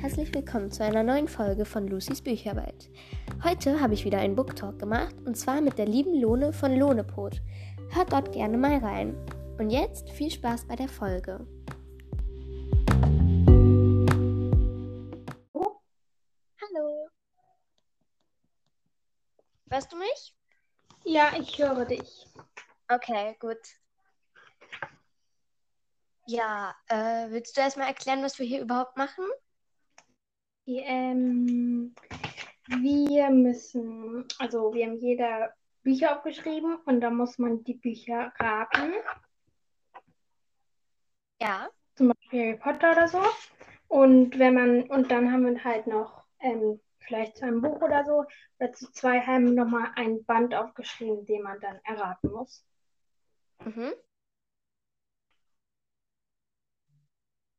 herzlich willkommen zu einer neuen Folge von Lucys Bücherwelt. Heute habe ich wieder einen Book Talk gemacht und zwar mit der lieben Lone von Lonepot. Hört dort gerne mal rein. Und jetzt viel Spaß bei der Folge. Hallo. Hörst du mich? Ja, ich höre dich. Okay, gut. Ja, äh, willst du erstmal erklären, was wir hier überhaupt machen? Ähm, wir müssen, also wir haben jeder Bücher aufgeschrieben und da muss man die Bücher raten. Ja. Zum Beispiel Harry Potter oder so. Und wenn man, und dann haben wir halt noch ähm, vielleicht zu einem Buch oder so, oder zu zwei haben wir nochmal ein Band aufgeschrieben, den man dann erraten muss. Mhm.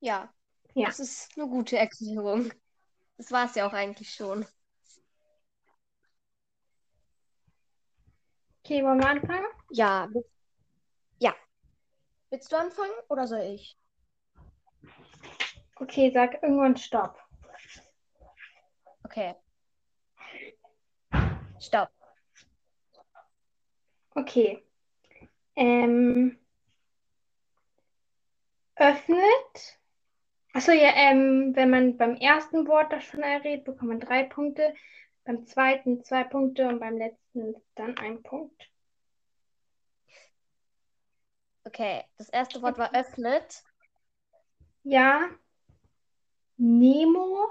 Ja. Ja. Das ist eine gute Erklärung. Das war es ja auch eigentlich schon. Okay, wollen wir anfangen? Ja. wi- Ja. Willst du anfangen oder soll ich? Okay, sag irgendwann Stopp. Okay. Stopp. Okay. Ähm, öffnet. Achso, ja, ähm, wenn man beim ersten Wort das schon errät, bekommt man drei Punkte, beim zweiten zwei Punkte und beim letzten dann ein Punkt. Okay. Das erste Wort war öffnet. Ja. Nemo.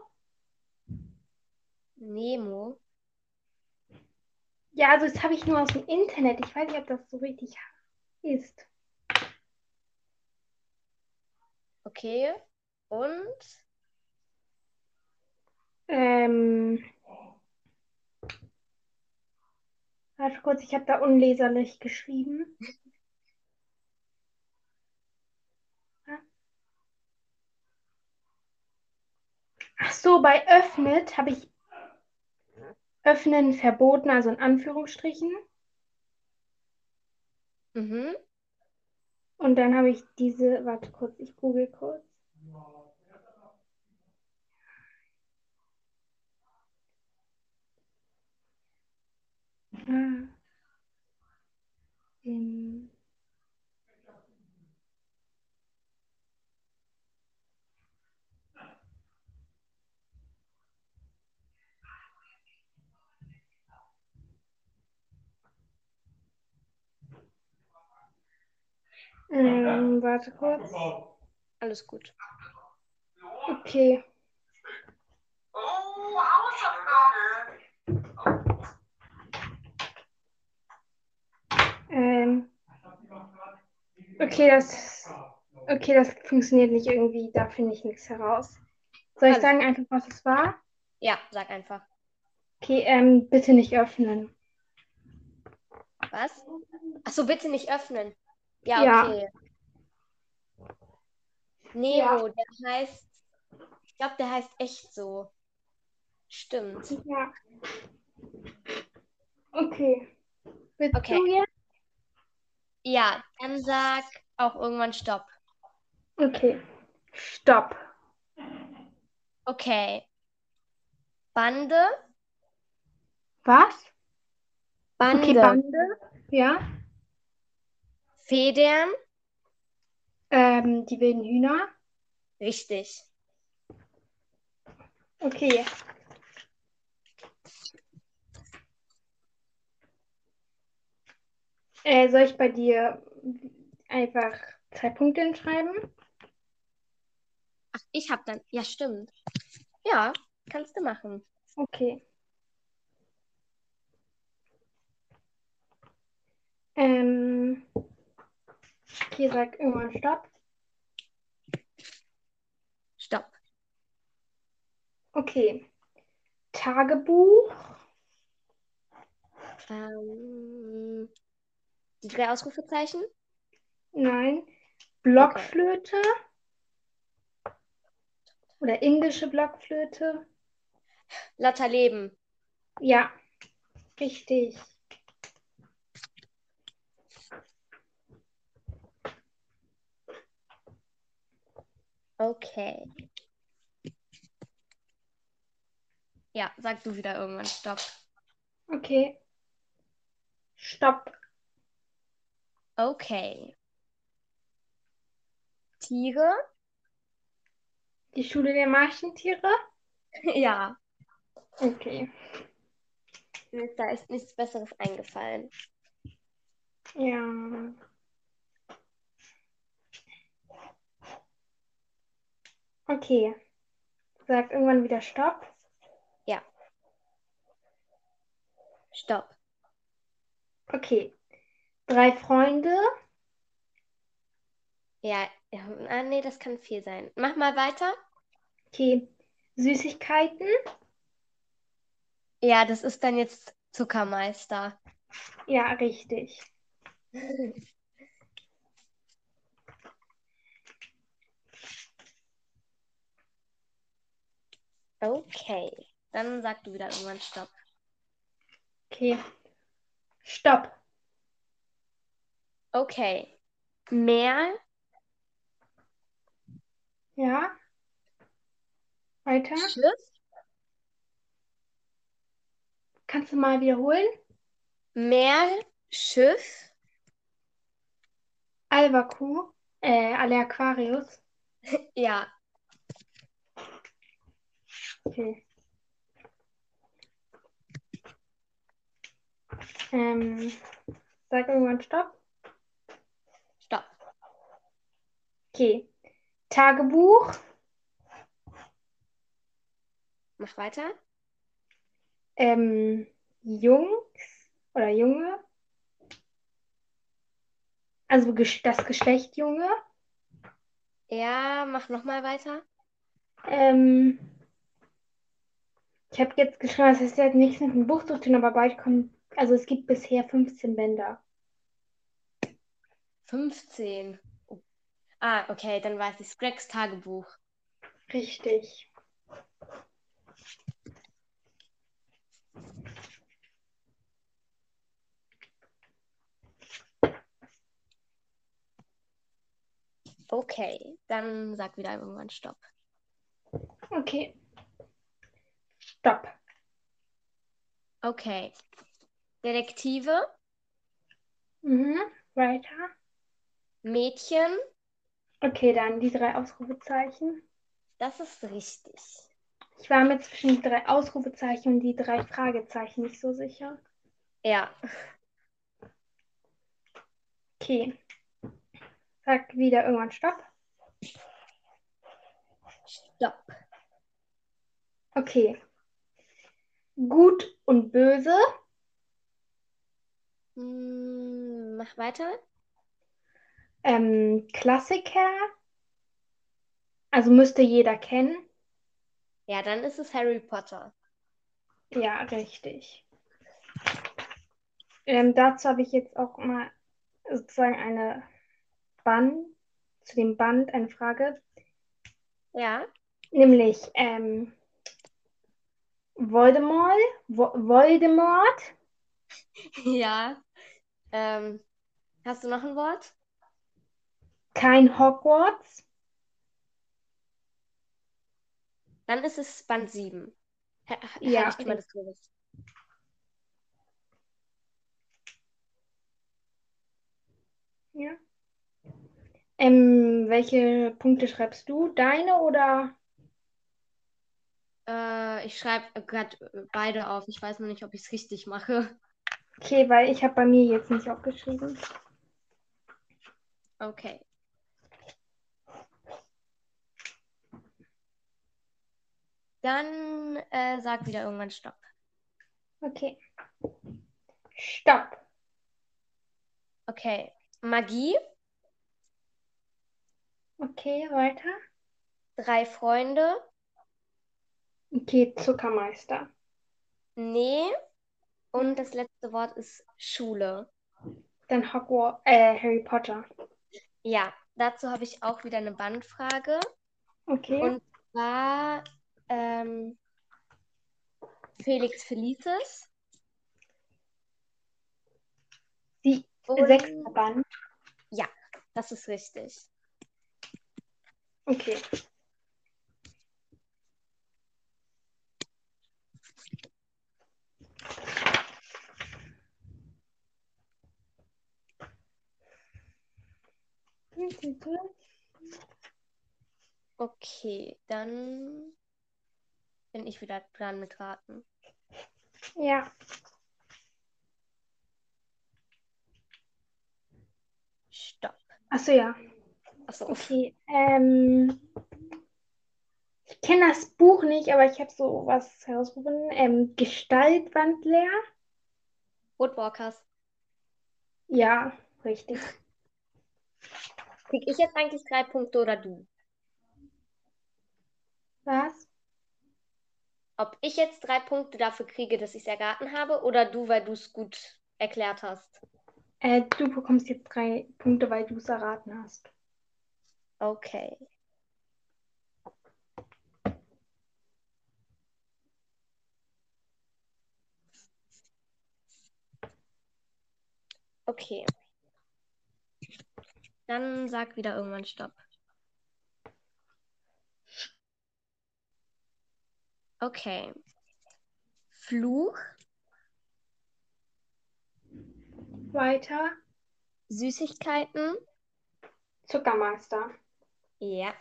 Nemo. Ja, also das habe ich nur aus dem Internet. Ich weiß nicht, ob das so richtig ist. Okay. Und Ähm. Warte kurz, ich habe da unleserlich geschrieben. Ach so, bei öffnet habe ich öffnen verboten, also in Anführungsstrichen. mhm. Und dann habe ich diese, warte kurz, ich google kurz. Ah. Ähm. Ähm, warte kurz. alles gut. Okay. Ähm. Okay, das. Okay, das funktioniert nicht irgendwie. Da finde ich nichts heraus. Soll ich Alles- sagen einfach, was es war? Ja, sag einfach. Okay, ähm, bitte nicht öffnen. Was? Ach so, bitte nicht öffnen. Ja, Ja. okay. Nemo, der heißt, ich glaube, der heißt echt so. Stimmt. Ja. Okay. Willst Okay. du jetzt? Ja, dann sag auch irgendwann Stopp. Okay. Stopp. Okay. Bande, Was? Bande, Okay, Bande. Ja. Federn, Ähm, die wilden Hühner. richtig. Okay. Äh, soll ich bei dir einfach zwei Punkte hinschreiben? Ach, ich hab dann, ja, stimmt. Ja, kannst du machen. Okay. Ähm, hier sagt irgendwann Stopp. Stopp. Okay. Tagebuch. Ähm, die drei Ausrufezeichen? Nein. Blockflöte. Oder indische Blockflöte. Lotta Leben. Ja, richtig. Okay. Ja, sag du wieder irgendwann Stopp. Okay. Stopp. Okay. Tiere? Die Schule der Marschentiere? Ja. Okay. Mir- Da ist nichts Besseres eingefallen. Ja. Okay. Sagt irgendwann wieder Stopp. Stopp. Okay. Drei Freunde. Ja, ja, ah, nee, das kann viel sein. Mach mal weiter. Okay. Süßigkeiten. Ja, das ist dann jetzt Zuckermeister. Ja, richtig. Okay. Dann sag du wieder irgendwann Stopp. Okay. Stopp. Okay. Mehr? Ja. Weiter. Schiff? Kannst du mal wiederholen? Mehr? Schiff? Albaku. Äh, alle Aquarius. Ja. Okay. Ähm, sag irgendwann Stopp. Stopp. Okay. Tagebuch. Mach weiter. Ähm, Jungs oder Junge. Also gesch- das Geschlecht Junge. Ja, mach nochmal weiter. Ähm, ich habe jetzt geschrieben, das ist jetzt nichts mit dem Buch zu tun, aber bald kommen, also es gibt bisher 15 Bänder. 15. Oh. Ah, okay, dann weiß ich Gregs Tagebuch. Richtig. Okay, dann sag wieder irgendwann Stopp. Okay. Stopp. Okay. Detektive, Mhm. Weiter. Mädchen, Okay, dann die drei Ausrufezeichen. das ist richtig. Ich war mir zwischen die drei Ausrufezeichen und die drei Fragezeichen nicht so sicher. Ja. Okay. Sag wieder irgendwann Stopp. Stopp. Okay. Gut und böse. Hm, mach weiter. Ähm, Klassiker. Also müsste jeder kennen. Ja, dann ist es Harry Potter. Ja, richtig. Ähm, dazu habe ich jetzt auch mal sozusagen eine Band, zu dem Band eine Frage. Ja. Nämlich, ähm, Voldemort, Vo Voldemort, Ja. Ähm, hast du noch ein Wort? kein Hogwarts. Dann ist es Band 7. Ha ha- halt Ja. Heiligtümer des Todes. Ja. Ähm, welche Punkte schreibst du? Deine oder? Äh, ich schreibe gerade beide auf. Ich weiß noch nicht, ob ich es richtig mache. Okay, weil ich habe bei mir jetzt nicht aufgeschrieben. Okay. Dann äh, sag wieder irgendwann Stopp. Okay. Stopp. Okay. Magie, Okay, weiter. drei Freunde, Okay, Zuckermeister. nee. Und das letzte Wort ist Schule. Dann Hogwarts, äh, Harry Potter. Ja, dazu habe ich auch wieder eine Bandfrage. Okay. Und- War ähm, Felix Felices. Die Und sechste Band. das ist richtig. Okay. Okay, dann bin ich wieder dran mit Raten. Ja, Stopp. achso, ja. Achso. Okay, ähm, ich kenne das Buch nicht, aber ich habe so was herausgefunden. Ähm, Gestaltwandler. Woodwalkers. Ja, richtig. Krieg ich jetzt eigentlich drei Punkte oder du? Was? Ob ich jetzt drei Punkte dafür kriege, dass ich es erraten habe, oder du, weil du es gut erklärt hast. Äh, du bekommst jetzt drei Punkte, weil du es erraten hast. Okay. Okay. Dann sag wieder irgendwann Stopp. Okay. Fluch, Weiter. Süßigkeiten. Zuckermeister. Ja.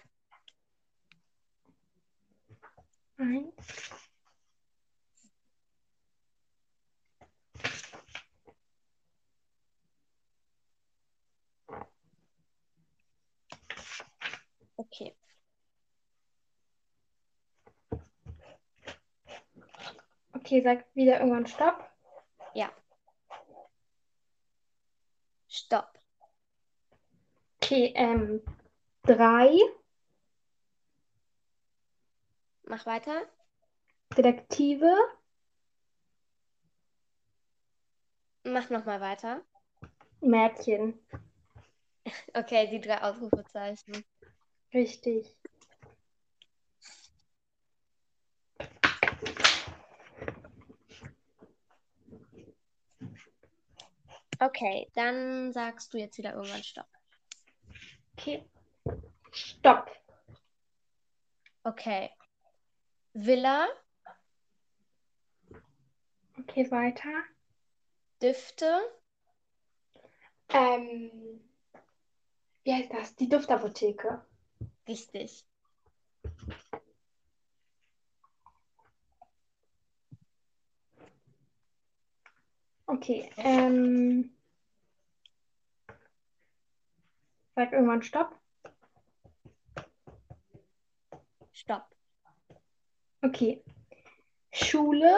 Eins. Okay. Okay, sag wieder irgendwann Stopp. Stopp. Okay, ähm, drei. Mach weiter. Detektive. Mach nochmal weiter. Mädchen. Okay, die drei Ausrufezeichen. Richtig. Okay, dann sagst du jetzt wieder irgendwann Stopp. Okay. Stopp. Okay. Villa, Okay, weiter. Düfte, Ähm, wie heißt das? Die Duftapotheke. richtig. Okay, ähm, sag irgendwann Stopp. Stopp. Okay. Schule.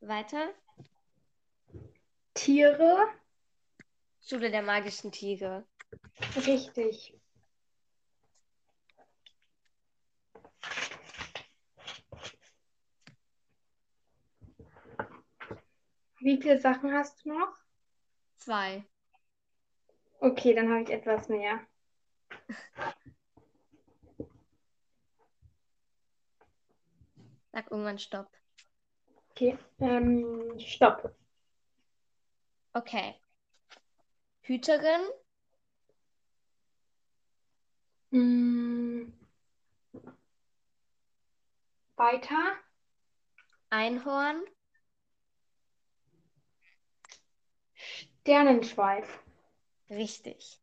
Weiter. Tiere. Schule der magischen Tiere. Richtig. Wie viele Sachen hast du noch? Zwei. Okay, dann habe ich etwas mehr. Sag irgendwann Stopp. Okay, ähm, Stopp. Okay. Hüterin, Mm. Weiter. Einhorn, Sternenschweif. richtig.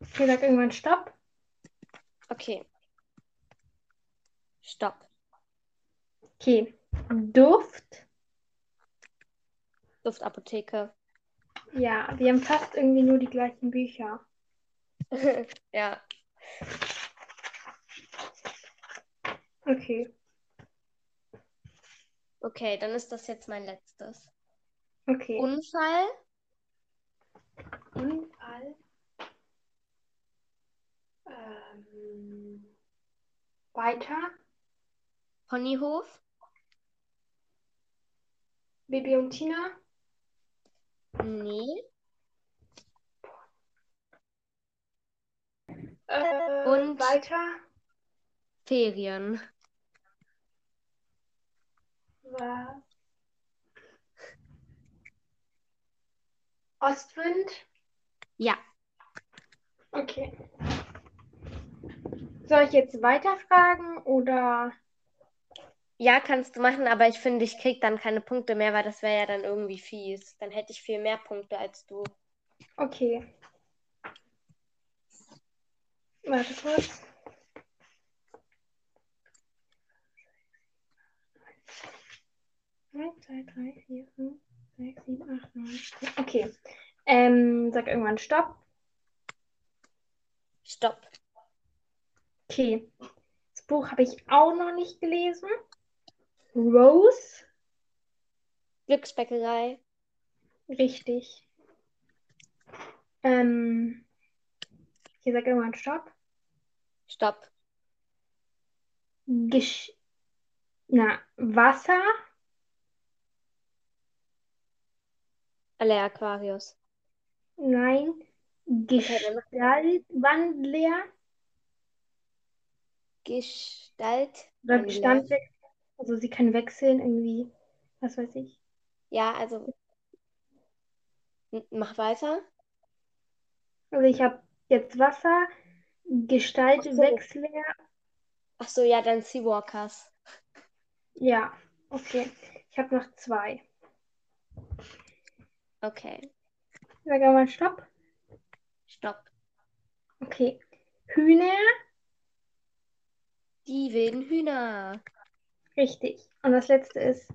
Okay, sag irgendwann Stopp. Okay. Stopp. Okay, Duft. Duftapotheke. Ja, wir haben fast irgendwie nur die gleichen Bücher. Ja. Okay, Okay, dann ist das jetzt mein letztes. okay. Unfall, Unfall. Ähm, weiter. Ponyhof, Bibi und Tina. nee. Äh, Und- weiter. Ferien. Wa- Ostwind. Ja. Okay. Soll ich jetzt weiterfragen oder? Ja, kannst du machen, aber ich finde, ich krieg dann keine Punkte mehr, weil das wäre ja dann irgendwie fies. Dann hätte ich viel mehr Punkte als du. Okay. Warte kurz. Eins, zwei, drei, vier, fünf, sechs, sieben, acht, neun. zehn. Okay. Ähm, sag irgendwann Stopp. Stopp. Okay. Das Buch habe ich auch noch nicht gelesen. Rose. Glücksbäckerei. Richtig. Ähm, hier sag irgendwann Stopp. Stopp. Gesch Na, Wasser. Alle Aquarius. Nein. dann mach- Gestaltwandler. Gestalt. Oder Wandler. Bestandwechsel. Also sie kann wechseln irgendwie. Was weiß ich. Ja, also. N- Mach weiter. Also ich habe jetzt Wasser, Gestaltwechsler. Ach so, ja, dann Seawalkers. Ja, okay. Ich habe noch zwei. Okay. Sag mal Stopp. Stopp. Okay. Hühner. Die wilden Hühner. Richtig. Und das letzte ist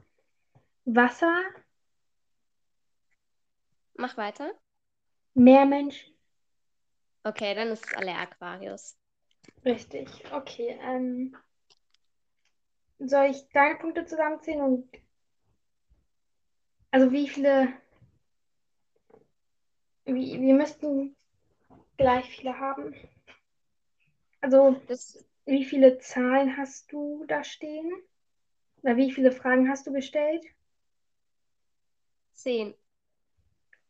Wasser, Mach weiter. Meermensch. Okay, dann ist es alle Aquarius. Richtig. Okay. Ähm, soll ich deine Punkte zusammenziehen und also wie viele? Wie, wir müssten gleich viele haben. Also Das, wie viele Zahlen hast du da stehen? Oder wie viele Fragen hast du gestellt? Zehn.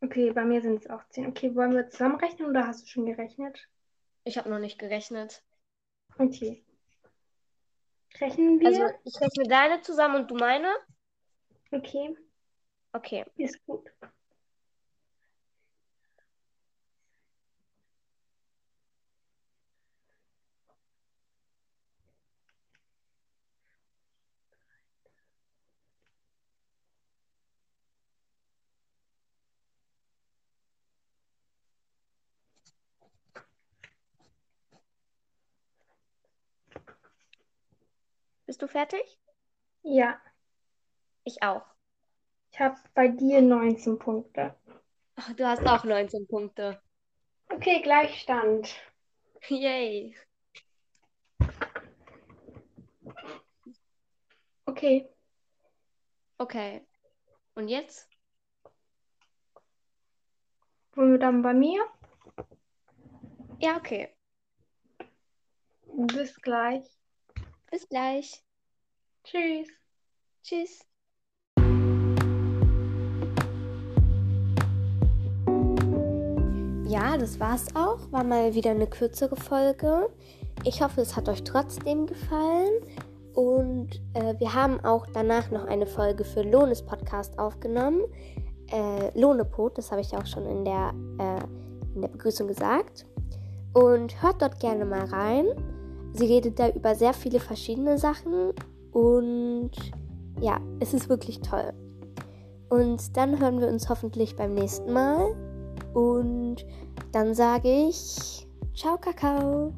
Okay, bei mir sind es auch zehn. Okay, wollen wir zusammenrechnen oder hast du schon gerechnet? Ich habe noch nicht gerechnet. Okay. Rechnen wir? Also ich rechne deine zusammen und du meine. okay, Okay. ist gut. Bist du fertig? Ja, Ich auch. ich habe bei dir 19 Punkte. Ach, du hast auch 19 Punkte. Okay, Gleichstand. Yay. Okay, Okay. Und jetzt? wollen wir dann bei mir? Ja, okay. Bis gleich. Bis gleich. Tschüss. Tschüss. Ja, das war's auch. War mal wieder eine kürzere Folge. Ich hoffe, es hat euch trotzdem gefallen. Und äh, wir haben auch danach noch eine Folge für Lohnes Podcast aufgenommen. Äh, Lohnepot, das habe ich ja auch schon in der, äh, in der Begrüßung gesagt. Und hört dort gerne mal rein. Sie redet da über sehr viele verschiedene Sachen. Und ja, es ist wirklich toll. Und dann hören wir uns hoffentlich beim nächsten Mal. Und dann sage ich, ciao Kakao.